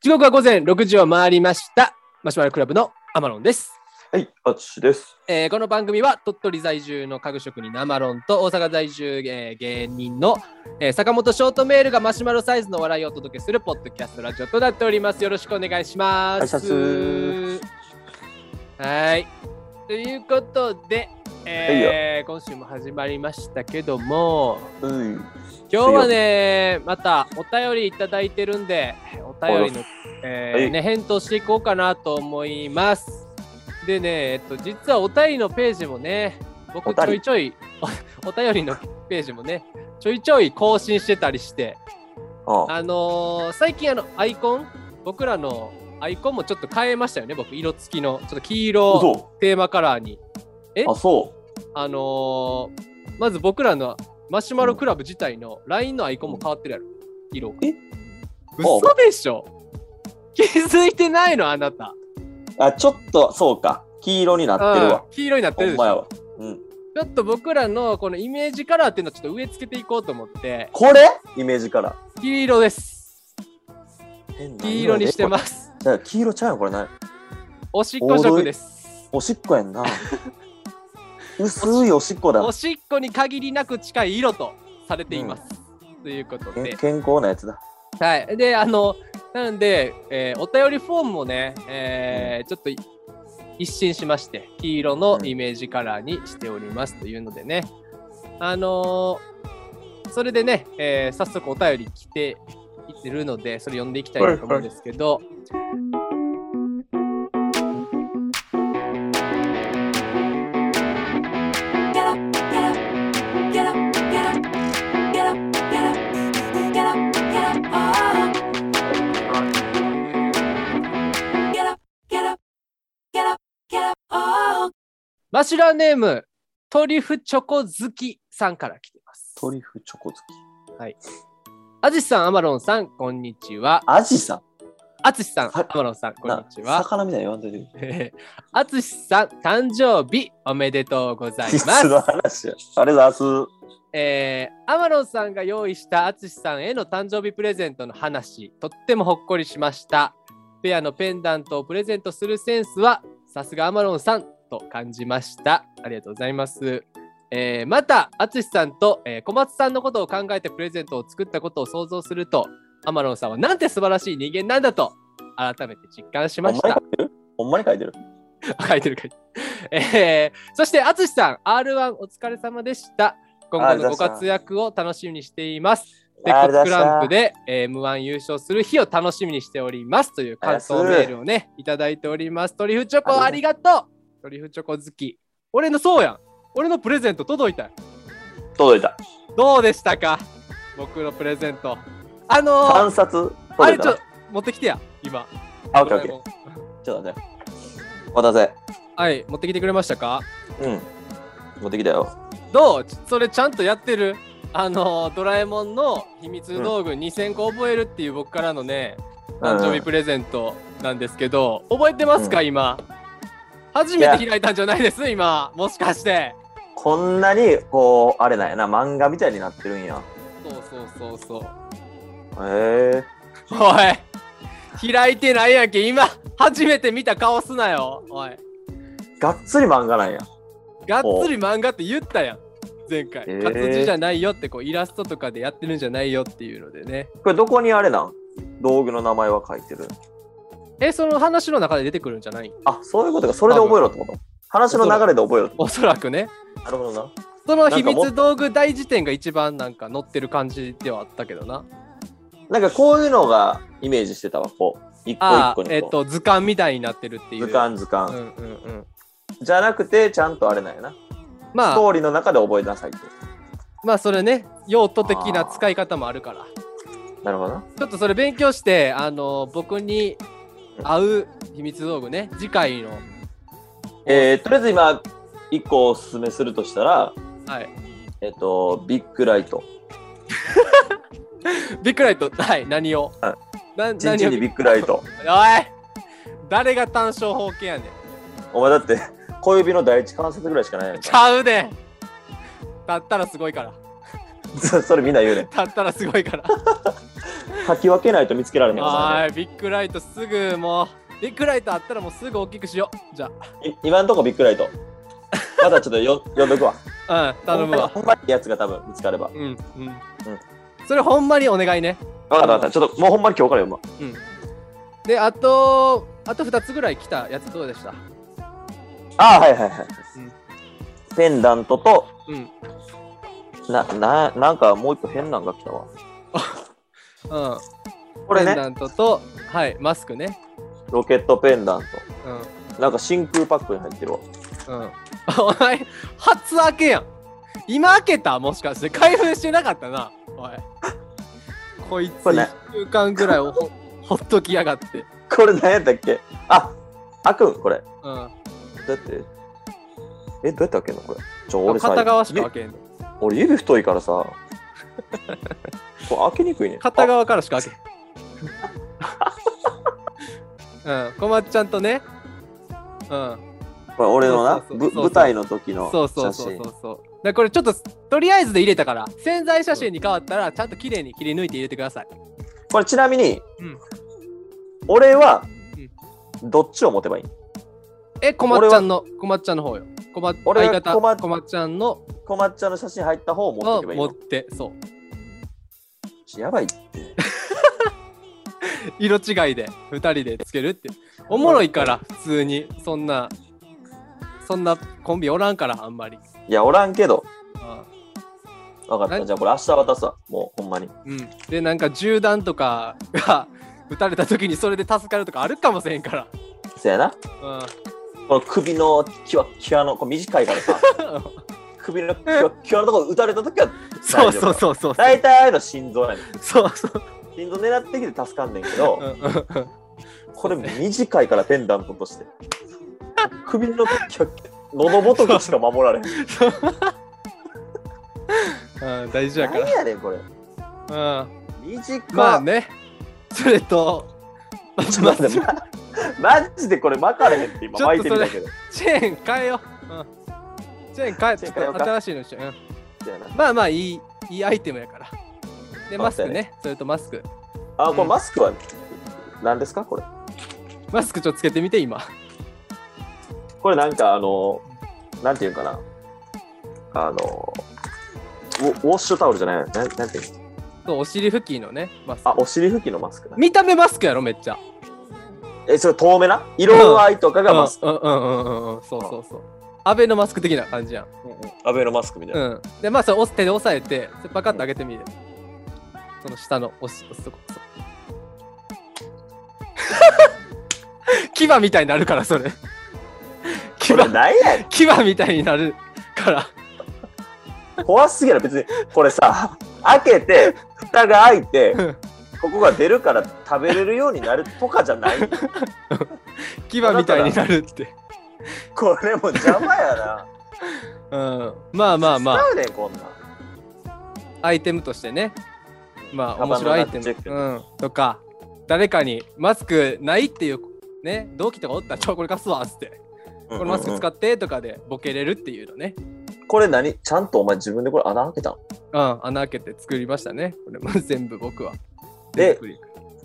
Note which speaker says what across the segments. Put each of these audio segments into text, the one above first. Speaker 1: 時刻は午前6時を回りました。マシュマロクラブのアマロンです。
Speaker 2: はい、あっちです。
Speaker 1: えーこの番組は鳥取在住の家具職人のアマロンと大阪在住、えー芸人の、えー坂本ショートメールがマシュマロサイズの笑いをお届けするポッドキャストラジオとなっております。よろしくお願いしま
Speaker 2: お願いし
Speaker 1: す。はい。ということで、えー今週も始まりましたけども、
Speaker 2: うん。
Speaker 1: 今日はね、またお便りいただいてるんで、お便りの、えー
Speaker 2: はい
Speaker 1: ね、返答していこうかなと思います。でね、えっと、実はお便りのページもね、僕
Speaker 2: お
Speaker 1: ち
Speaker 2: た
Speaker 1: ょ
Speaker 2: り
Speaker 1: いちょいお、お便りのページもね、ちょいちょい更新してたりして、
Speaker 2: ああ
Speaker 1: あのー最近あの、アイコン、僕らのアイコンもちょっと変えましたよね、僕、色付きの、ちょっと黄色
Speaker 2: 嘘
Speaker 1: テーマカラーに。え
Speaker 2: あ、そ
Speaker 1: あのーまず僕らのマシュマロクラブ自体の LINE のアイコンも変わってるやろ。色が。
Speaker 2: え
Speaker 1: 嘘でしょ気づいてないのあなた。
Speaker 2: う。あ、ちょっと、そうか。黄色になってるわ
Speaker 1: うん。黄色になって
Speaker 2: ほ
Speaker 1: る
Speaker 2: ん
Speaker 1: でし
Speaker 2: まや
Speaker 1: ょ。
Speaker 2: わ。うん。
Speaker 1: ちょっと僕らのこのイメージカラーっていうのをちょっと植え付けていこうと思って、
Speaker 2: これイメージから。
Speaker 1: 黄色です。
Speaker 2: 変な。
Speaker 1: 黄色にしてますす。
Speaker 2: じゃあ黄色ちゃうやん、これな。
Speaker 1: おしっこ色です。
Speaker 2: おしっこや んな。薄いおしっこだ
Speaker 1: お。しっこに限りなく近い色とされています。ということ
Speaker 2: け
Speaker 1: で
Speaker 2: ん。健康なやつだ。
Speaker 1: はい。で、あの、なんで、えーお便りフォームもね、えーちょっとい一新しまして、黄色のイメージカラーにしておりますというのでね、あのーそれでね、えー早速お便り来ていってるので、それ読んでいきたいなと思うんですけど、
Speaker 3: Get up, get up, get up, get up, get up, get up, get up, get up, oh. Get up, get up, get up, get up, oh.
Speaker 1: マシュラーネーム、トリュフチョコ好きさんから来てます。
Speaker 2: トリュフチョコ好き。
Speaker 1: アジさん、アマロンさん、こんにちは。
Speaker 2: アジさん。
Speaker 1: アツシさん、
Speaker 2: さ
Speaker 1: アマロンさん、こんにち
Speaker 2: な
Speaker 1: は。
Speaker 2: 魚みたいに言わんといて。
Speaker 1: えーあつしさん、誕生日おめでとうございま
Speaker 2: 必須の
Speaker 1: す。
Speaker 2: 話や。あれだ、明日。
Speaker 1: えー、アマロンさんが用意したあつしさんへの誕生日プレゼントの話、とってもほっこりしました。ペアのペンダントをプレゼントするセンスは、さすがアマロンさんと感じました。ありがとうございます。えーまた、あつしさんと、えー小松さんのことを考えてプレゼントを作ったことを想像すると、アマロンさんはなんて素晴らしい人間なんだと、改めて実感しました。
Speaker 2: ほんまに書いてる
Speaker 1: 書いてる書いてる。えー、そして、淳さん、R1 お疲れ様でした。今後のご活躍を楽しみにしています。テ
Speaker 2: あ
Speaker 1: ックスク
Speaker 2: りがとうございました
Speaker 1: ランプでえー M1 優勝する日を楽しみにしておりますという感想メールをね、いただいております。トリュフチョコあ
Speaker 2: あ
Speaker 1: り
Speaker 2: り
Speaker 1: がとうトリュフチョコ好き。俺のそうやん俺のプレゼント届いたよ
Speaker 2: 届いた。
Speaker 1: どうでしたか僕のプレゼント。あのー
Speaker 2: 観、察。
Speaker 1: あ
Speaker 2: 届
Speaker 1: れ
Speaker 2: い
Speaker 1: ち
Speaker 2: た
Speaker 1: ょ
Speaker 2: な。、
Speaker 1: 持ってきてや、今。
Speaker 2: あ、オッケーオッケー。ちょっと待って。お待た
Speaker 1: はい、持ってきてくれましたか
Speaker 2: せ。うん。持ってきたよ。
Speaker 1: どうちそれちゃんとやってるあのードラえもんの秘密道具2000個覚えるっていう僕からのね、誕生日プレゼントなんですけど覚えてますか、今初めて開いたんじゃないです今もしかして
Speaker 2: こんなにこうあれなんやな漫画みたいになってるんや
Speaker 1: そうそうそうそう
Speaker 2: へえ
Speaker 1: おい開いてないやんけ今初めて見た顔すなよおい
Speaker 2: がっつり漫画なんや
Speaker 1: がっつり漫画って言ったやん前回、
Speaker 2: えー
Speaker 1: 活字じゃないよってこうイラストとかでやってるんじゃないよっていうのでね
Speaker 2: これどこにあれなん道具の名前は書いてる
Speaker 1: えその話の中で出てくるんじゃない
Speaker 2: あそういうことかそれで覚えろってこと話の流れで覚えろってこ
Speaker 1: おそらくね
Speaker 2: となるほどな
Speaker 1: その秘密道具大辞典が一番なんか載ってる感じではあったけどな。
Speaker 2: なんかこういうのがイメージしてたわこう一個
Speaker 1: あ
Speaker 2: 一
Speaker 1: あ
Speaker 2: 個、にこう
Speaker 1: えっ、と、図鑑みたいになってるっていう。
Speaker 2: 図。鑑図
Speaker 1: うん
Speaker 2: 鑑、
Speaker 1: うんうん。
Speaker 2: じゃなくてちゃんとあれなんやな
Speaker 1: ま
Speaker 2: ス
Speaker 1: あ、
Speaker 2: トーリーの中で覚えなさいって
Speaker 1: まあ、それね、用途的な使い方もあるから。
Speaker 2: なるほどな
Speaker 1: ちょっとそれ勉強して、あの、僕に合う秘密道具ね、次回の。
Speaker 2: えー、とりあえず今一個おすすめするとしたら
Speaker 1: はい。
Speaker 2: えっ、とビッグライト
Speaker 1: ビッグライト、はい、何を。
Speaker 2: は
Speaker 1: な
Speaker 2: ちんちんに
Speaker 1: ビ
Speaker 2: ビッグライト
Speaker 1: おい誰が単焦法系やねん。
Speaker 2: お前だって小指の第一関節ぐらいしかないやん
Speaker 1: ち
Speaker 2: か。
Speaker 1: ゃうねんだったらすごいから。
Speaker 2: そそれみんな言うね。
Speaker 1: たったらすごいから。
Speaker 2: 書き分けないと見つけられへんか
Speaker 1: はーい、ビッグライトすぐもう、ビッグライトあったらもうすぐ大きくしよう。じゃ
Speaker 2: らね。い今んとこビッグライト。まだちょっとよ読んどくわ。
Speaker 1: あ、うん、頼むわ。
Speaker 2: ほんまにやつが多分見つかれば。
Speaker 1: うん、うん。それほんまにお願いね。
Speaker 2: わかったわかった。ちょっともうほんまに今日から読むわ。
Speaker 1: うん。で、あと、あと2つぐらい来たやつどうでした
Speaker 2: ああ、はいはいはい。
Speaker 1: うん
Speaker 2: ペンダントと、
Speaker 1: うん。
Speaker 2: な、な、なんかもう一個変なんが来たわ。
Speaker 1: うん。
Speaker 2: これ
Speaker 1: ペン
Speaker 2: ね、
Speaker 1: ダントと、はい、マスクね。
Speaker 2: ロケットペンダン
Speaker 1: うん。
Speaker 2: ト。なんか真空パックに入ってるわ。
Speaker 1: うん。 お前、初開けやん。今開けたもしかして。開封してなかったな。おい。こいつ、
Speaker 2: これね
Speaker 1: 1週間ぐらいほほっときやがって。
Speaker 2: これ何やったっけあ、あくん、これ。
Speaker 1: うん。
Speaker 2: だって、え、どうやって開けんのこれ。ちょ、俺さ、
Speaker 1: 片側しか開けんの。
Speaker 2: ゆ俺指太いからさ、これ開けにくいね。
Speaker 1: 片側からしか開けん。うん、こまっちゃんとね。うん、
Speaker 2: あこれ俺のな、
Speaker 1: そうそうそう
Speaker 2: ぶ
Speaker 1: そう
Speaker 2: 舞台の時の
Speaker 1: そうそう
Speaker 2: 写
Speaker 1: そう
Speaker 2: 真
Speaker 1: そ。うそう。だからこれちょっととりあえずで入れたから潜在写真に変わったらちゃんと綺麗に切り抜いて入れてください。
Speaker 2: これちなみに
Speaker 1: うん、
Speaker 2: 俺は、どっちを持てばいい
Speaker 1: え、こまっちゃんのこまっちゃんの方よ。こま
Speaker 2: 俺
Speaker 1: 相
Speaker 2: は
Speaker 1: 方
Speaker 2: こま
Speaker 1: こまっちゃんの
Speaker 2: 小抹茶の写真入った方を持って
Speaker 1: を
Speaker 2: けばいい
Speaker 1: 持っ
Speaker 2: の
Speaker 1: てそう
Speaker 2: やばいって。
Speaker 1: 色違いで2人でつけるっておもろいから普通にそんなそんなコンビおらんからあんまり。
Speaker 2: いや、おらんけど。
Speaker 1: うん
Speaker 2: わかっ
Speaker 1: な
Speaker 2: た。じゃあこれ明日渡すわ。もうほんまに。
Speaker 1: うん、でなんか銃弾とかが 撃たれた時にそれで助かるとかあるかもしれんから、
Speaker 2: せやな。この首のキワキワの、こう短いか らさ、
Speaker 1: うん、
Speaker 2: 首のキワキワのところ打たれた時は、
Speaker 1: そうそうそうそう
Speaker 2: 大体の心臓やねん。
Speaker 1: そうそう、
Speaker 2: 心臓狙ってきて助かんねんけ
Speaker 1: う
Speaker 2: ど、
Speaker 1: んうんうん、
Speaker 2: これ短いからペンダントとして。首のキワキワ、喉元しか守 られへん。
Speaker 1: うん、大事やか
Speaker 2: 何やねん、これ。
Speaker 1: ら、うん、
Speaker 2: 短い。
Speaker 1: まあねそれと
Speaker 2: ちょっと待って、ま マジでこれ巻かれへんって今
Speaker 1: ちょっ
Speaker 2: 巻
Speaker 1: と
Speaker 2: いてみたけど。
Speaker 1: チェーン変えよう、うん、チェーン変え
Speaker 2: チェーン
Speaker 1: ち
Speaker 2: 変え
Speaker 1: ょ
Speaker 2: よ
Speaker 1: っ
Speaker 2: う
Speaker 1: と
Speaker 2: か
Speaker 1: 新しいのにしよう、うん、
Speaker 2: せやな
Speaker 1: まあまあいいいいアイテムやからで
Speaker 2: まあ
Speaker 1: マスクねそれとマスク
Speaker 2: あ、こ
Speaker 1: う
Speaker 2: れ
Speaker 1: ん
Speaker 2: マスクは何ですかこれ。
Speaker 1: マスクちょっとつけてみて今
Speaker 2: これなんかあの、なんていうんかな。あの、ウォウォッシュタオルじゃない。なんなんていうん
Speaker 1: そうお尻拭きのねマスク
Speaker 2: あ、お尻拭きのマスクな。
Speaker 1: 見た目マスクやろめっちゃ
Speaker 2: え、それ透明な色合いとかがマスク。
Speaker 1: うんうんうんうんうんそうそうそう安倍のマスク的な感じやん
Speaker 2: アベノマスクみたいな。
Speaker 1: うんでまあそれ押す手で押さえてそれパカッと上げてみるその下の押す押すとこそう牙みたいになるからそれ牙
Speaker 2: これ何やね
Speaker 1: 牙みたいになるから
Speaker 2: ん怖すぎる別にこれさ開けて蓋が開いて
Speaker 1: うん
Speaker 2: ここが出るから食べれるようになるとかじゃない
Speaker 1: 牙みたいになるって
Speaker 2: これも邪魔やな
Speaker 1: うんまあまあまあ
Speaker 2: 使うねんこんなん
Speaker 1: アイテムとしてねまあ面
Speaker 2: カバンの
Speaker 1: 白いアイ
Speaker 2: ナッチチ
Speaker 1: テ
Speaker 2: ェック
Speaker 1: ム、うん、とか誰かにマスクないっていうね同期とかおったら「ちょこれ貸すわ」っつって「これマスク使って」とかでボケれるっていうのね
Speaker 2: これ何ちゃんとお前自分でこれ穴開けたの
Speaker 1: うん穴開けて作りましたねこれも全部僕は
Speaker 2: え
Speaker 1: 手作り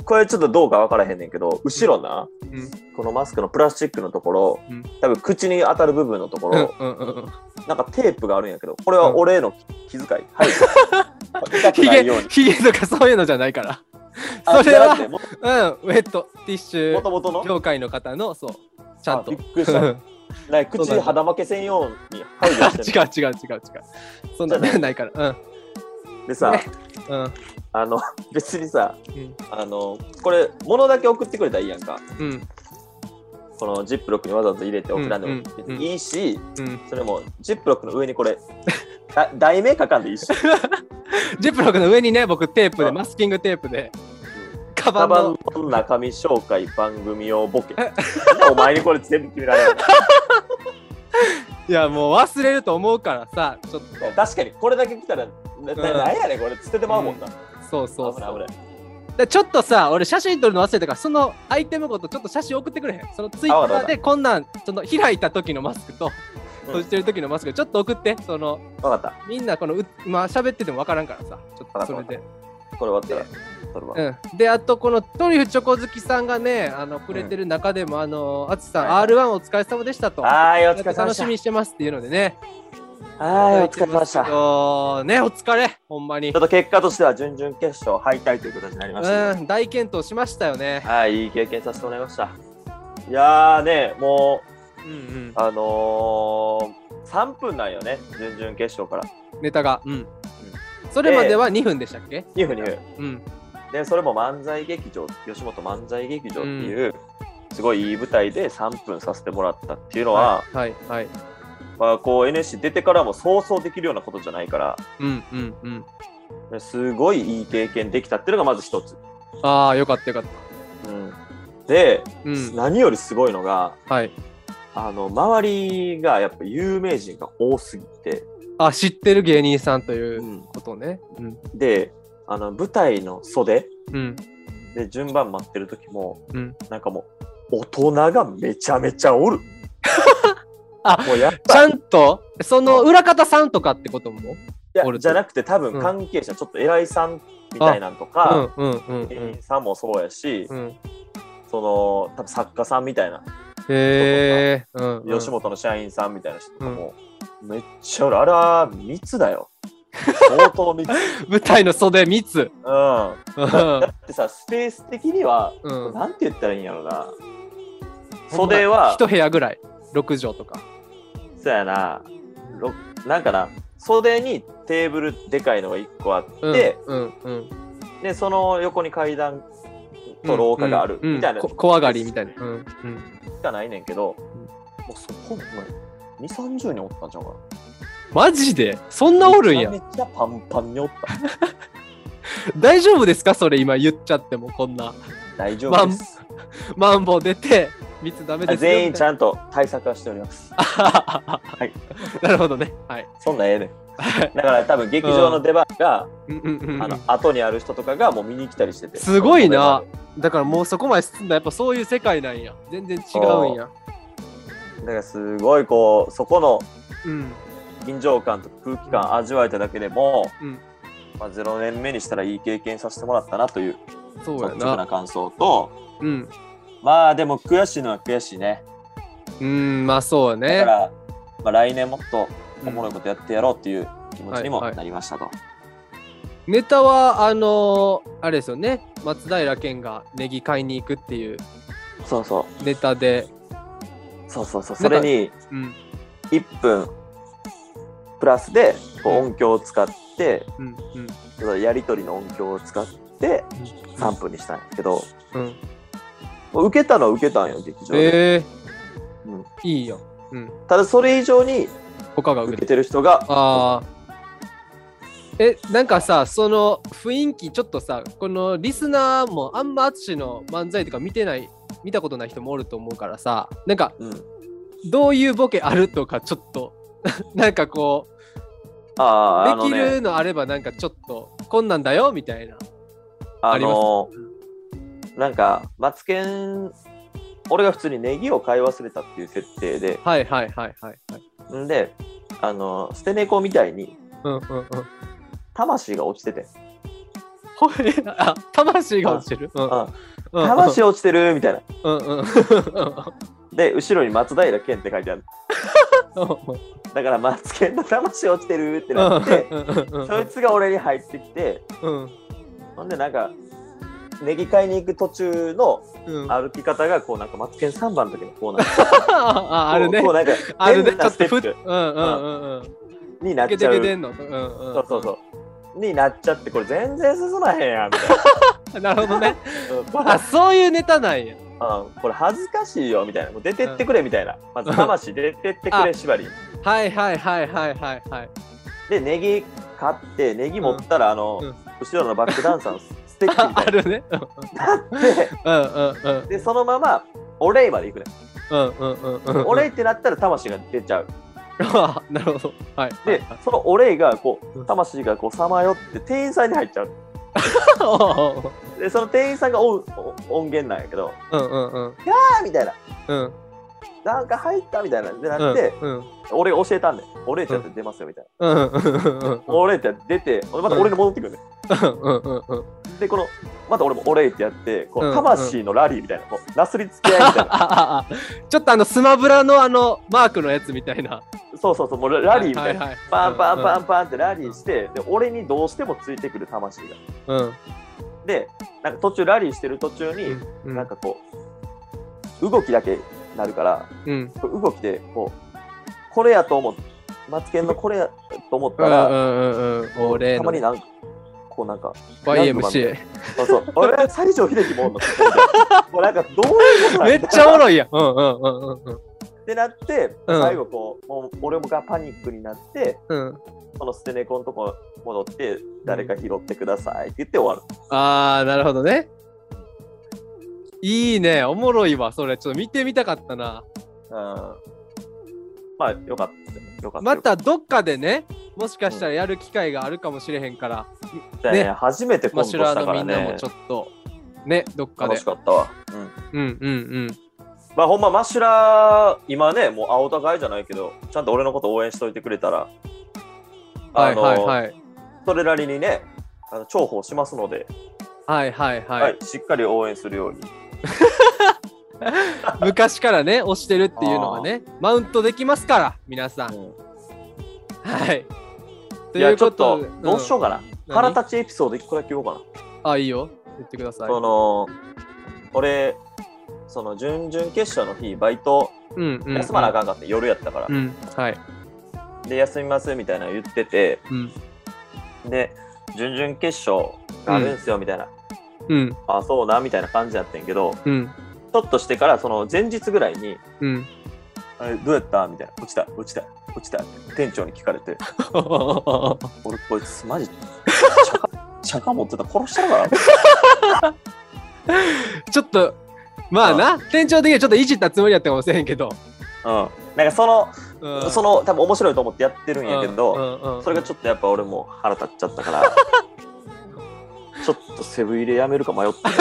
Speaker 2: これちょっとどうか分からへんねんけど後ろな、
Speaker 1: うん
Speaker 2: このマスクのプラスチックのところ、
Speaker 1: うん
Speaker 2: 多分口に当たる部分のと
Speaker 1: う
Speaker 2: こ
Speaker 1: ん
Speaker 2: ろ、
Speaker 1: うんうんうん
Speaker 2: なんかテープがあるんやけどこれは俺への気遣い、 はい痛く
Speaker 1: ひ
Speaker 2: ないよう
Speaker 1: げ
Speaker 2: に
Speaker 1: ひげとかそういうのじゃないから
Speaker 2: あ
Speaker 1: それは
Speaker 2: じゃなくても
Speaker 1: うんウェットティッシ
Speaker 2: と
Speaker 1: ュ
Speaker 2: もとの
Speaker 1: 業界の方のそうちゃんと
Speaker 2: あびっく りしたなんか
Speaker 1: そうなん
Speaker 2: 口
Speaker 1: だ
Speaker 2: 肌負けせんように
Speaker 1: 違
Speaker 2: 配慮して
Speaker 1: う違う違う違うそんな
Speaker 2: じゃない
Speaker 1: ないから
Speaker 2: るでさ
Speaker 1: ねうんうん
Speaker 2: あの別にさ
Speaker 1: うん
Speaker 2: あのこれ物だけ送ってくれたらいいやんか
Speaker 1: うん
Speaker 2: このジップロックにわざわざ入れて送らんでも
Speaker 1: うんうんうん
Speaker 2: いいし
Speaker 1: うん
Speaker 2: それもジップロックの上にこれ だ題名書かんでいいし
Speaker 1: ジップロックの上にね、僕テープで、マスキングテープで、カバ
Speaker 2: カ
Speaker 1: ン
Speaker 2: バ
Speaker 1: の
Speaker 2: ンの中身紹介番組用ボケお前にこれ全部決められ る
Speaker 1: いや、もう忘れると思うからさ、ちょっと、
Speaker 2: 確かにこれだけ来たらなな
Speaker 1: うん
Speaker 2: なんやねんこれ捨ててまうもんな、
Speaker 1: そうそう
Speaker 2: 危
Speaker 1: そ。
Speaker 2: ないう危
Speaker 1: だ
Speaker 2: な
Speaker 1: か
Speaker 2: い
Speaker 1: らちょっとさ、俺写真撮るの忘れたから、そのアイテムごとちょっと写真送ってくれへん。そのツイ
Speaker 2: あわ
Speaker 1: ッ
Speaker 2: か
Speaker 1: タ
Speaker 2: っ
Speaker 1: ー
Speaker 2: た
Speaker 1: でこんなん、その開いた時のマスクと、閉じてる時のマスクちょっと送ってその
Speaker 2: わかっ
Speaker 1: みんなこのうまあ喋ってても分からんからさちょっとそれで
Speaker 2: た。これ終わったら、撮るわ。
Speaker 1: うん、であとこのトリュフチョコ好きさんがねあのくれてる中でも、あのあつさん、
Speaker 2: はい
Speaker 1: R1 お疲れ様でしたと
Speaker 2: はーい、お疲れ様
Speaker 1: 楽
Speaker 2: でした。
Speaker 1: し
Speaker 2: は
Speaker 1: み
Speaker 2: ー
Speaker 1: に
Speaker 2: い、
Speaker 1: してますっていうのでね
Speaker 2: お疲れ様でした。
Speaker 1: いただいてますけ
Speaker 2: ちょ
Speaker 1: どねお疲れほんまに
Speaker 2: っと結果としては準々決勝敗退という形になりました
Speaker 1: う。ん大健闘しましたよね
Speaker 2: はい、いい経験させてもらいました。いやーね、も
Speaker 1: うんうん
Speaker 2: う、あのー、3分なんよね、準々決勝から。
Speaker 1: ネタがうん、それまでは2分でしたっけ、
Speaker 2: 2分、2分。
Speaker 1: うん
Speaker 2: で、それも漫才劇場、吉本漫才劇場っていう、すごいいい舞台で3分させてもらったっていうのは、
Speaker 1: はいはいはい
Speaker 2: まあ、こう NSC 出てからもそうそうできるようなことじゃないから、
Speaker 1: うんうんうん
Speaker 2: すごいいい経験できたっていうのがまず一つ。
Speaker 1: ああよかったよかった
Speaker 2: うん、で、
Speaker 1: うん
Speaker 2: 何よりすごいのが、
Speaker 1: はい
Speaker 2: あの周りがやっぱ有名人が多すぎて、
Speaker 1: あ知ってる芸人さんといううんことねうん
Speaker 2: であの舞台の袖
Speaker 1: うん
Speaker 2: で順番待ってる時も、
Speaker 1: うん
Speaker 2: なんかもう大人がめちゃめちゃおる
Speaker 1: あ
Speaker 2: もうやっ
Speaker 1: ち
Speaker 2: ぱ
Speaker 1: ゃ
Speaker 2: い
Speaker 1: んとその裏方さんとかってことも
Speaker 2: や
Speaker 1: おると
Speaker 2: じゃなくて多分関係者、ちょっと偉いさんみたいなんとか、
Speaker 1: うんうんうん
Speaker 2: 芸人さんもそうやし、
Speaker 1: うんうん
Speaker 2: その多分作家さんみたいな、
Speaker 1: へえ、うんうん、
Speaker 2: 吉本の社員さんみたいな人とかも、めっちゃおるあら密だよ相 当密
Speaker 1: 舞台の袖密
Speaker 2: うん
Speaker 1: うん
Speaker 2: だってさスペース的には、
Speaker 1: うん
Speaker 2: なんて言ったらいいんやろな 袖は
Speaker 1: 一部屋ぐらい6畳とか
Speaker 2: そうやなろなんかな袖にテーブルでかいのが1個あって、
Speaker 1: うんうん
Speaker 2: でその横に階段
Speaker 1: うん、
Speaker 2: と廊下がある
Speaker 1: うんうん
Speaker 2: みたいな
Speaker 1: こ小上がりみたいな、うんうん、
Speaker 2: しかないねんけど、もうそこ2 3 0人おったんちゃうか
Speaker 1: マジでそん
Speaker 2: な
Speaker 1: なおるんや
Speaker 2: めちゃめちゃパンパンにおった
Speaker 1: 大丈夫ですかそれ今言っちゃってもこんな
Speaker 2: 大丈夫です、
Speaker 1: マンボウ出て密ダメですよ
Speaker 2: 全員ち
Speaker 1: ゃ
Speaker 2: ゃんと対策はしております
Speaker 1: はいなるほどねはい
Speaker 2: そんなんええねんだから多分劇場の出番が、
Speaker 1: うんうんうんう
Speaker 2: あの
Speaker 1: ん
Speaker 2: 後にある人とかがもう見に来たりしてて
Speaker 1: すごいなだからもうそこまで進んだやっぱそういう世界なんや全然違うんや
Speaker 2: だからすごいこうそこの
Speaker 1: うん
Speaker 2: 臨場感と空気感味わえただけでも、
Speaker 1: うん
Speaker 2: まあ、0年目にしたらいい経験させてもらったなという
Speaker 1: そう
Speaker 2: 率
Speaker 1: や
Speaker 2: 直な
Speaker 1: な
Speaker 2: 感想と
Speaker 1: うん
Speaker 2: まあでも悔しいのは悔しいね
Speaker 1: うんまあそうや
Speaker 2: だ
Speaker 1: ね
Speaker 2: から、まあ、来年もっとおもろ
Speaker 1: う
Speaker 2: い
Speaker 1: ん
Speaker 2: ことやってやろうっていう気持ちにも
Speaker 1: はいはい
Speaker 2: なりましたと、
Speaker 1: ネタはあのーあれですよね松平健がネギ買いに行くっていう
Speaker 2: そうそ
Speaker 1: ネタで
Speaker 2: うそうそうそうそれに
Speaker 1: うん
Speaker 2: 1分プラスでこう
Speaker 1: うん
Speaker 2: 音響を使って、
Speaker 1: うんうん
Speaker 2: そのやり取りの音響を使って3分にしたんやけど、
Speaker 1: うんうん
Speaker 2: もう受けたのは受けたんよ劇場で、
Speaker 1: えー
Speaker 2: うん
Speaker 1: いいよ
Speaker 2: ただそれ以上に
Speaker 1: 他が受
Speaker 2: 受
Speaker 1: け
Speaker 2: け
Speaker 1: て
Speaker 2: てる人が
Speaker 1: ああえなんかさその雰囲気ちょっとさこのリスナーもあんま淳の漫才とか見てない見たことない人もおると思うからさなんか
Speaker 2: うん、
Speaker 1: どういうボケあるとかちょっと なんかこう
Speaker 2: あああの
Speaker 1: でき
Speaker 2: ね
Speaker 1: るのあればなんかちょっとこんなんだよみたいなあ
Speaker 2: あ
Speaker 1: ります
Speaker 2: のなんかマツケン俺が普通にネギを買い忘れたっていう設定で
Speaker 1: はいはいはいはいはい
Speaker 2: んであの捨て猫みたいに
Speaker 1: うんうんうん
Speaker 2: 魂が落ちてて
Speaker 1: ほえあ魂が落ちてるうん
Speaker 2: あ
Speaker 1: うん
Speaker 2: 魂落ちてるみたいな
Speaker 1: うんうんうんうん
Speaker 2: で後ろに松平健って書いてあるだからマツケンの魂落ちてるってなって
Speaker 1: うん
Speaker 2: そいつが俺に入ってきて
Speaker 1: うん
Speaker 2: ほんでなんかネギ買いに行く途中の
Speaker 1: うん
Speaker 2: 歩き方がこうなんかマツケン3番の時のこうなんか
Speaker 1: ああるね
Speaker 2: こうなんか
Speaker 1: あるね、
Speaker 2: 変
Speaker 1: ちょ
Speaker 2: な
Speaker 1: っ
Speaker 2: ステ
Speaker 1: とふ
Speaker 2: ッ
Speaker 1: っ、うん
Speaker 2: プ
Speaker 1: うんうんうん。
Speaker 2: になっ
Speaker 1: ゲ
Speaker 2: ち
Speaker 1: テ
Speaker 2: ゃ
Speaker 1: ゲ
Speaker 2: う
Speaker 1: テんの。うんうん。
Speaker 2: そうそうそう。になっちゃって、これ全然進まへんやん、みたいな。
Speaker 1: う。なるほどね。
Speaker 2: うんこれ
Speaker 1: あ、そういうネタなんや。
Speaker 2: うんこれ恥ずかしいよ、みたいな。もう出てってくれ、みたいな。まず、魂出てってく
Speaker 1: あ
Speaker 2: れ、縛り。
Speaker 1: はいはいはいはいはいはい。
Speaker 2: で、ネギ買って、ネギ持ったら、あの
Speaker 1: うん、
Speaker 2: 後ろのバックダンサーのステッキみた
Speaker 1: あ
Speaker 2: い
Speaker 1: るね。
Speaker 2: になって、
Speaker 1: うんうんうん
Speaker 2: で、そのまま、お礼まで行くね。
Speaker 1: うんうんうんうんうん。
Speaker 2: お礼ってなったら、魂が出ちゃう。
Speaker 1: あなるほど。はい。
Speaker 2: で、そのお礼が、こ
Speaker 1: う
Speaker 2: う、
Speaker 1: ん
Speaker 2: 魂がこう、さまよって、店員さんに入っちゃう。
Speaker 1: う
Speaker 2: で、その店員さんがおうお音源なんやけど、
Speaker 1: んうんうん
Speaker 2: あーみたいな。
Speaker 1: うん。
Speaker 2: なんか入ったみたいなんで
Speaker 1: う
Speaker 2: なっ
Speaker 1: ん
Speaker 2: て、
Speaker 1: うん
Speaker 2: 俺が教えたんで、俺ちゃんって出ますよみたい
Speaker 1: うんうんうん
Speaker 2: な。俺ちゃん出て、また俺に戻ってくるね。
Speaker 1: うんうんうん
Speaker 2: で、この、また俺も俺ってやって、こ
Speaker 1: うんう
Speaker 2: うん魂のラリーみたいな、こうなすりつけ合いみたい な。
Speaker 1: あああちょっとあのスマブラのあのマークのやつみたいな
Speaker 2: そうそうそう、もうラリーみたいな。
Speaker 1: はいはい
Speaker 2: パンパンパ
Speaker 1: ン
Speaker 2: ンパンってラリーして、で俺にどうしてもついてくる魂が。
Speaker 1: うん
Speaker 2: で、なんか途中、ラリーしてる途中に、
Speaker 1: うん
Speaker 2: なんかこう、動きだけなるから、
Speaker 1: うん
Speaker 2: 動きで、こう、これやと思って、マツケンのこれやと思っ
Speaker 1: う
Speaker 2: た
Speaker 1: ん
Speaker 2: ら、
Speaker 1: うんうんうん俺
Speaker 2: たまに
Speaker 1: の
Speaker 2: なんか、こうなんか、
Speaker 1: YMCA
Speaker 2: そうそう。俺は西城秀樹もおんの。もうなんかどういうことなんだ
Speaker 1: めっちゃおもろいやんうんうんうんうん
Speaker 2: ってなって、
Speaker 1: うん
Speaker 2: 最後こう、もう俺もがパニックになって、
Speaker 1: うんうん
Speaker 2: その捨て猫のとこ戻って、誰か拾ってくださいって言って終わる。
Speaker 1: あーなるほどねいいねおもろいわそれちょっと見てみたかったな
Speaker 2: うん。まあ、よかったですよ。よかった。
Speaker 1: またどっかでねもしかしたらやる機会があるかもしれへんから、
Speaker 2: だよね
Speaker 1: ね
Speaker 2: 初めてコン
Speaker 1: マ
Speaker 2: トし
Speaker 1: シ
Speaker 2: た
Speaker 1: ュラ
Speaker 2: か
Speaker 1: ーのみ
Speaker 2: ら
Speaker 1: んなも
Speaker 2: ね
Speaker 1: ちょ。っとねどっか
Speaker 2: 楽
Speaker 1: で
Speaker 2: しかったわ。うん。
Speaker 1: うんうんうん
Speaker 2: まあ、ほんま、マシュラー、今ね、もう青高いじゃないけど、ちゃんと俺のこと応援しといてくれたら、
Speaker 1: は
Speaker 2: あ
Speaker 1: い
Speaker 2: の、
Speaker 1: はいはい
Speaker 2: それなりにね、あの重宝しますので、
Speaker 1: はいはいはい、
Speaker 2: はい、しっかり応援するように。
Speaker 1: 昔からね押してるっていうのがねマウントできますから皆さん
Speaker 2: うん
Speaker 1: はいと
Speaker 2: いや、ちょっ
Speaker 1: ことで、
Speaker 2: どうしようかな。
Speaker 1: 何
Speaker 2: 腹立ちエピソード1個だけ言おうかな。
Speaker 1: うんあいいよ言ってください
Speaker 2: その、俺、その、準々決勝の日、バイト、
Speaker 1: うんうん
Speaker 2: 休まなあかんかって、夜やったから
Speaker 1: う。んはい
Speaker 2: で、休みますみたいなの言ってて、
Speaker 1: うん
Speaker 2: で、準々決勝があるんすよ、みたいな。
Speaker 1: うん
Speaker 2: あ、そうな、みたいな感じやってんけど、
Speaker 1: うん
Speaker 2: ちょっとしてから、その、前日ぐらいに、
Speaker 1: うん
Speaker 2: あれ、どうやったみたいな。落ちた、落ちた、落ちた。って店長に聞かれて、 俺、こいつ、 マジ、釈迦、釈迦持ってたら殺したのかな
Speaker 1: ちょっとまあな店長的にはちょっといじったつもりやったかもしれへんけど、
Speaker 2: うん。なんか、その、
Speaker 1: うん、
Speaker 2: その多分面白いと思ってやってるん
Speaker 1: う
Speaker 2: やけど、
Speaker 1: んうんうん
Speaker 2: それがちょっとやっぱ俺も腹立っちゃったから ちょっとセブン入れやめるか迷ってる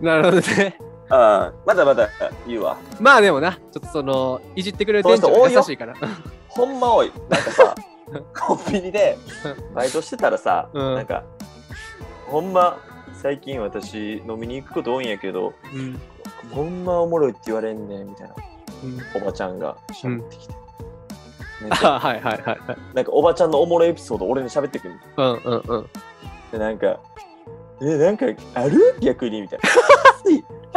Speaker 1: なるほどね
Speaker 2: な、うん、まだまだ言うわ
Speaker 1: まあでもなちょっとそのいじってくれる店長
Speaker 2: そうそう多
Speaker 1: が
Speaker 2: い
Speaker 1: 優
Speaker 2: よ
Speaker 1: しいから
Speaker 2: ほんま多いなんか さコンビニでバイトしてたらさ、
Speaker 1: うん
Speaker 2: なんかほんま最近私飲みに行くこと多いんやけど
Speaker 1: うん
Speaker 2: ほんまおもろいって言われんねんみたいな
Speaker 1: うん
Speaker 2: おばちゃんが喋ってきて、なんか
Speaker 1: あはいはいはいはい
Speaker 2: なんかおばちゃんのおもろいエピソード俺に喋ってくる
Speaker 1: うんうんうん
Speaker 2: で、なんか、え、なんかある逆にみたいな。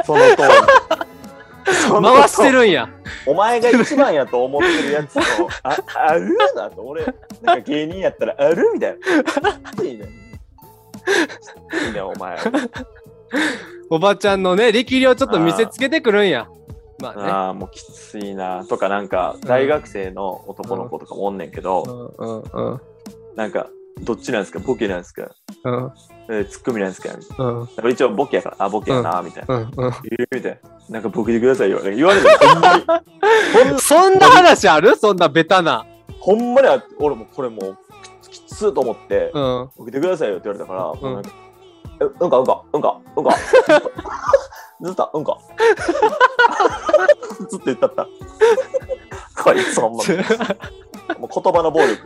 Speaker 2: そ の通り。その通り
Speaker 1: 回してるんや
Speaker 2: お前が一番やと思ってるや つを、あ、あるなと、俺、なんか芸人やったら、あるみたいな。いいね。いいね、お 前。
Speaker 1: おばちゃんのね力量ちょっと見せつけてくるんやまあね
Speaker 2: ああ、もうきついな。とか、なんか、大学生の男の子とかもおんねんけ
Speaker 1: う
Speaker 2: ど、
Speaker 1: んうんうん
Speaker 2: なんか、どっちなんですかボケなんですか
Speaker 1: うん
Speaker 2: えーツッコミなんですかみたい
Speaker 1: うん
Speaker 2: な一応、ボケやから、あ、ボケやな、みたいな。
Speaker 1: うんうん
Speaker 2: えーみたいな。なんか、ボケてくださいよ。なんか言われたら、ほんまに。
Speaker 1: そんな話あるそんなベタな
Speaker 2: ほんまにあ俺もこれもうきつきつーと思って
Speaker 1: う、 ん
Speaker 2: 送ってくださいよって言われたから、
Speaker 1: ん
Speaker 2: もうなんか、えうんかうんかうんかうんか、ずっとうんか、 ずっと言ったった。こいつほんま、もう言葉の暴力。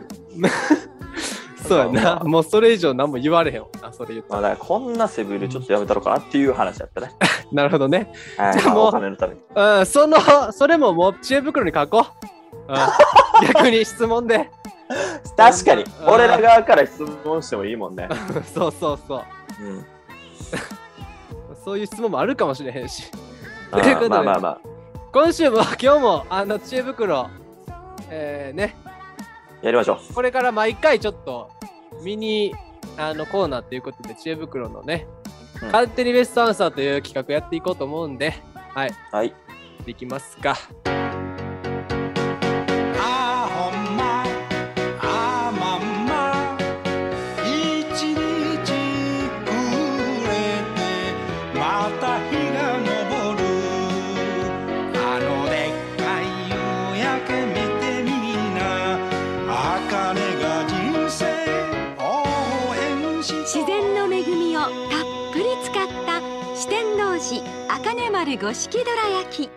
Speaker 1: そうやなもうそれ以上何も言われへんわなそれ言った
Speaker 2: まあ、
Speaker 1: ら
Speaker 2: だからこんなセブンでちょっとやめたのかなっていう話だったね。
Speaker 1: なるほどね
Speaker 2: は い、
Speaker 1: でも
Speaker 2: まあお金のために。
Speaker 1: うん、その、それももう知恵袋に書こう。 うん、逆に質問で。
Speaker 2: 確かに
Speaker 1: うん、
Speaker 2: 俺ら側から質問してもいいもんね。
Speaker 1: そうそうそう。
Speaker 2: うん、
Speaker 1: そういう質問もあるかもしれへんし。
Speaker 2: あ
Speaker 1: ということで
Speaker 2: ーまあまあまあ、
Speaker 1: 今週も、 今日も、あの、知恵袋、えー、ね、
Speaker 2: やりましょう。
Speaker 1: これから毎回ちょっと、ミニ、あの、コーナーということで、知恵袋のね、
Speaker 2: うん
Speaker 1: 勝手にベストアンサーという企画やっていこうと思うんで、
Speaker 2: はい。
Speaker 1: できますか。
Speaker 4: あほんまあまんま一日暮れてまた日が昇るあのでっかい夕焼け見てみんな茜が人生応援し
Speaker 3: 自然の恵みをたっぷり使った四天王
Speaker 5: し茜丸五色どら焼き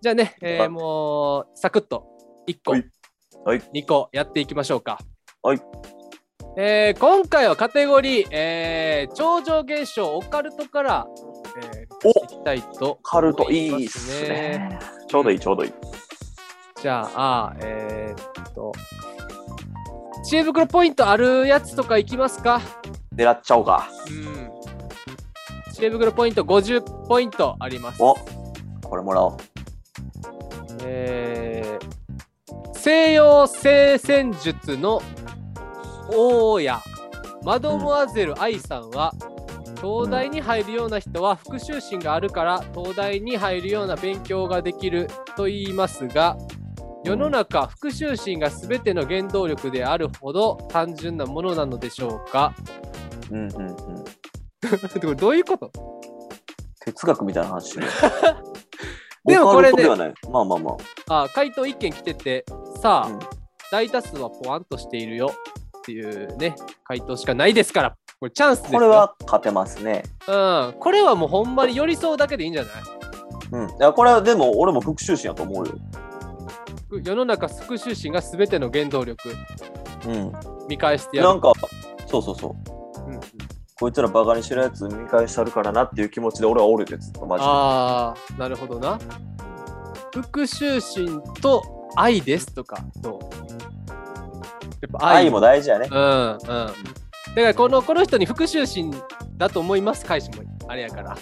Speaker 1: じゃあね、えー
Speaker 2: はい
Speaker 1: もうサクッと1個、
Speaker 2: はいはい
Speaker 1: 2個やっていきましょうか。
Speaker 2: はい
Speaker 1: えー今回はカテゴリー、えー超常現象オカルトから、えー
Speaker 2: お
Speaker 1: していきたいと
Speaker 2: カルト
Speaker 1: 思
Speaker 2: い
Speaker 1: います
Speaker 2: いっすね。ちょうどいいちょうどいい。
Speaker 1: じゃあ、えーっと、知恵袋ポイントあるやつとかいきますか
Speaker 2: 狙っちゃおうか。
Speaker 1: うん。知恵袋ポイント50ポイントあります。
Speaker 2: おこれもらおう。
Speaker 1: えー西洋聖戦術の王やマドモアゼル愛さんは、東大に入るような人は復習心があるから東大に入るような勉強ができると言いますが世の中復習心が全ての原動力であるほど単純なものなのでしょうか
Speaker 2: うんうんうん。
Speaker 1: これどういうこと
Speaker 2: 哲学みたいな話してる
Speaker 1: でもこれね
Speaker 2: オカルトではないまあまあまあ。
Speaker 1: あ回答1件来ててさあ、
Speaker 2: うん
Speaker 1: 大多数はポワンとしているよっていうね回答しかないですからこれチャンスですよ
Speaker 2: これは勝てますね。
Speaker 1: うんこれはもうほんまに寄り添うだけでいいんじゃない
Speaker 2: うん。いや、これはでも俺も復讐心やと思うよ。
Speaker 1: 世の中復讐心が全ての原動力
Speaker 2: うん。
Speaker 1: 見返してやる
Speaker 2: なんか、そうそうそう。
Speaker 1: うんうん
Speaker 2: こいつらバカにしてるやつ見返したるからなっていう気持ちで俺はおるでずっとマジ
Speaker 1: ああなるほどな復讐心と愛ですとかどうやっぱ
Speaker 2: で。
Speaker 1: 愛
Speaker 2: 愛も大事やね
Speaker 1: う。んうんだからこのこの人に復讐心だと思います返しもあれやから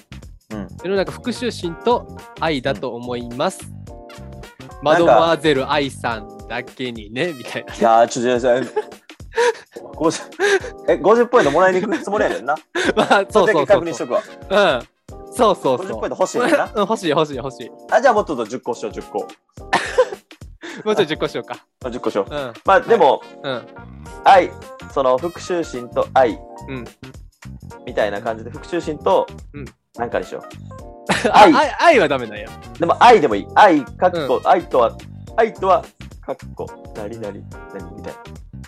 Speaker 2: うん。
Speaker 1: 世の中復讐心と愛だと思います。
Speaker 2: な
Speaker 1: マ
Speaker 2: んか
Speaker 1: ドモアゼル愛さんだけにね、みたいな。
Speaker 2: いやー、ちょっと待って。50え50ポイントもらいに行くつもりやねんな。
Speaker 1: まあ、そうそう
Speaker 2: れだけ
Speaker 1: そ
Speaker 2: 確認
Speaker 1: う
Speaker 2: し
Speaker 1: そ
Speaker 2: と
Speaker 1: う。
Speaker 2: くわ。
Speaker 1: うん。そうそうそう。
Speaker 2: 50ポイント欲しいねんな。
Speaker 1: うん 欲しい欲しい欲しい。
Speaker 2: あ、じゃあもっと10個しよう、10個。
Speaker 1: もうちょい10個しようか。
Speaker 2: あ10個しよう。
Speaker 1: うん。
Speaker 2: まあでも、
Speaker 1: うん。
Speaker 2: 愛、その復讐心と愛、
Speaker 1: うん
Speaker 2: みたいな感じで、復讐心と、
Speaker 1: うん
Speaker 2: なんかでしょう。
Speaker 1: あ
Speaker 2: 愛
Speaker 1: 愛愛はダメなんや。
Speaker 2: でも愛でもいい。愛、かっこ、愛とは、愛とは、かっこ、なりなり、なにみたい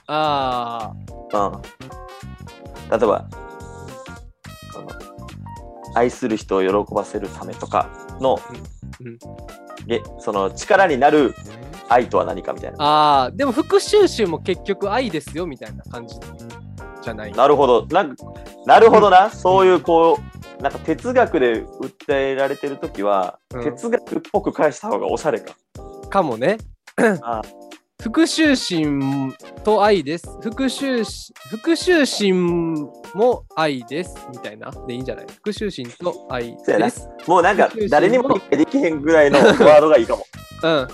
Speaker 1: あ
Speaker 2: な。うん。例えば、その、愛する人を喜ばせるためとかの、
Speaker 1: うんうん
Speaker 2: げその力になる愛とは何かみたい
Speaker 1: あ。
Speaker 2: な。
Speaker 1: ああ。でも復讐心も結局愛ですよ、みたいな感じじゃない。
Speaker 2: なるほど。なんか、なるほどな。そういう、こう、なんか哲学で訴えられてるときは、
Speaker 1: うん
Speaker 2: 哲学っぽく返した方がおしゃれか。
Speaker 1: かもね。
Speaker 2: あ
Speaker 1: 復讐心と愛です。復讐し、復讐心も愛です。みたいな。でいいんじゃない復讐心と愛
Speaker 2: そうやな
Speaker 1: です。
Speaker 2: もうなんか、誰にも理解できへんぐらいのワードがいいかも。
Speaker 1: うん。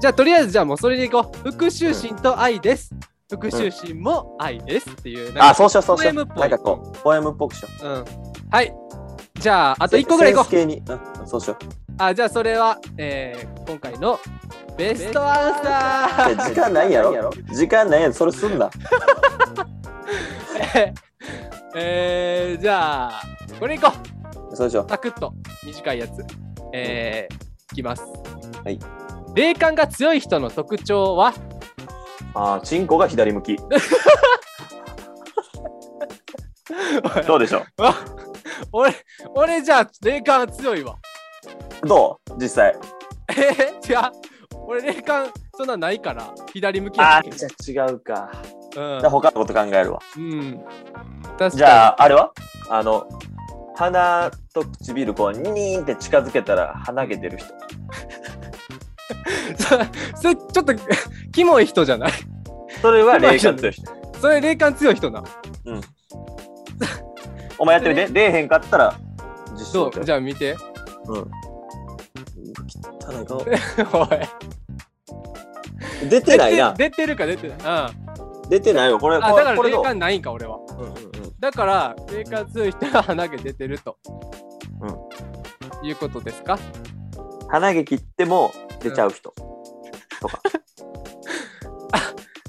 Speaker 1: じゃあとりあえずじゃあもうそれでいこう。復讐心と愛です。復讐心も愛ですっていう。なんか
Speaker 2: あ、そうしよう、そうしよう。
Speaker 1: ポエムっぽい
Speaker 2: なんかこう、ポエムっぽくしよう。
Speaker 1: うん。はい。じゃああと1個ぐらいいこ
Speaker 2: セ
Speaker 1: う。
Speaker 2: ンス系に、うん、そうしよう。
Speaker 1: あ、じゃあそれは、えー、今回のベストアンサ
Speaker 2: いや時間ないやろ。時間ないやろ。それすんな。
Speaker 1: ー。えー、じゃあ、これいこう。
Speaker 2: そうし よ
Speaker 1: サクッと短いやつ、えー、いきます。
Speaker 2: はい。
Speaker 1: 霊感が強い人の特徴は
Speaker 2: う。ああ、チンコが左 向き。どうでしょ
Speaker 1: わ俺、俺じゃあ霊感強いわ。
Speaker 2: うどう実際。
Speaker 1: えー、違う。俺霊感そんなないから、左向き
Speaker 2: あ
Speaker 1: や
Speaker 2: あ、
Speaker 1: け
Speaker 2: じゃあ違うか。
Speaker 1: うん
Speaker 2: じゃあ他のこと考えるわ。
Speaker 1: うん。確かに。
Speaker 2: じゃあ、あれはあの、鼻と唇こう、ニーンって近づけたら鼻毛出る人。
Speaker 1: それちょっと、キモい人じゃない
Speaker 2: それ は霊感強い人。
Speaker 1: それ霊感強い人な。
Speaker 2: うん。お前やってみて。出えへんかったら、実
Speaker 1: ど
Speaker 2: 証
Speaker 1: うじゃあ見て。
Speaker 2: うん。汚い 顔。
Speaker 1: おい。
Speaker 2: 出てない な。
Speaker 1: 出て出てるか出てない。うん。あ、
Speaker 2: 出てないよ。これ、
Speaker 1: だ
Speaker 2: こ
Speaker 1: か
Speaker 2: れ
Speaker 1: ら
Speaker 2: これ
Speaker 1: 霊
Speaker 2: どう
Speaker 1: 感ないんか、俺は。
Speaker 2: うんうん
Speaker 1: だから、霊感強い人は鼻毛出てると。いうことですか
Speaker 2: うん鼻毛切っても出ちゃう人。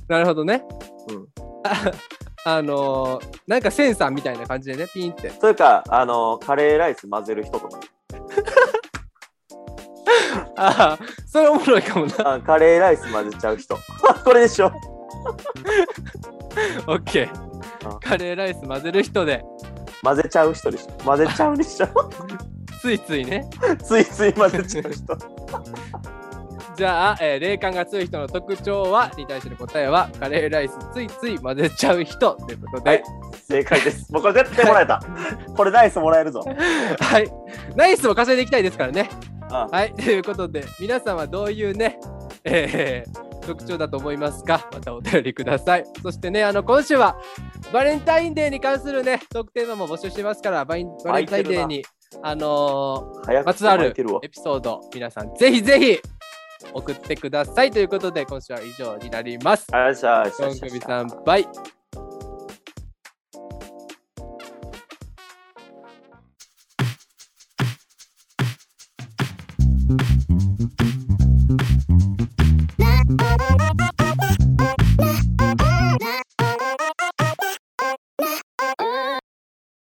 Speaker 1: なるほどね。
Speaker 2: うん。
Speaker 1: あのー、なんかセンサーみたいな感じでね、ピンって。
Speaker 2: それか、あの、カレーライス混ぜる人とか。
Speaker 1: ああ、それおもろいかもな。
Speaker 2: あカレーライス混ぜちゃう人。 これでしょ。
Speaker 1: オッケー。
Speaker 2: あ
Speaker 1: カレーライス混ぜる人で。
Speaker 2: 混ぜちゃう人でしょ。混ぜちゃうでしょ。
Speaker 1: ついついね
Speaker 2: ついつい混ぜちゃう人。
Speaker 1: じゃあ、えー霊感が強い人の特徴はに対しての答えはカレーライスついつい混ぜちゃう人ということで
Speaker 2: はい正解です。もうこれ絶対もらえた。これナイスもらえるぞ。
Speaker 1: はい、 ナイスも稼いでいきたいですからね
Speaker 2: あ
Speaker 1: はいということで皆さんはどういうね、えー特徴だと思いますかまたお便りくださいそしてねあの今週はバレンタインデーに関するねトークテーマも募集してますからバインバレンタインデーにあのー
Speaker 2: 早
Speaker 1: ま
Speaker 2: く
Speaker 1: つわ
Speaker 2: 巻い
Speaker 1: る
Speaker 2: てるわ。
Speaker 1: エピソード皆さんぜひぜひ送ってくださいということで今週は以上になります。
Speaker 2: あよっしゃよっしゃよ
Speaker 1: 四
Speaker 2: っしゃ
Speaker 1: 組さんバイ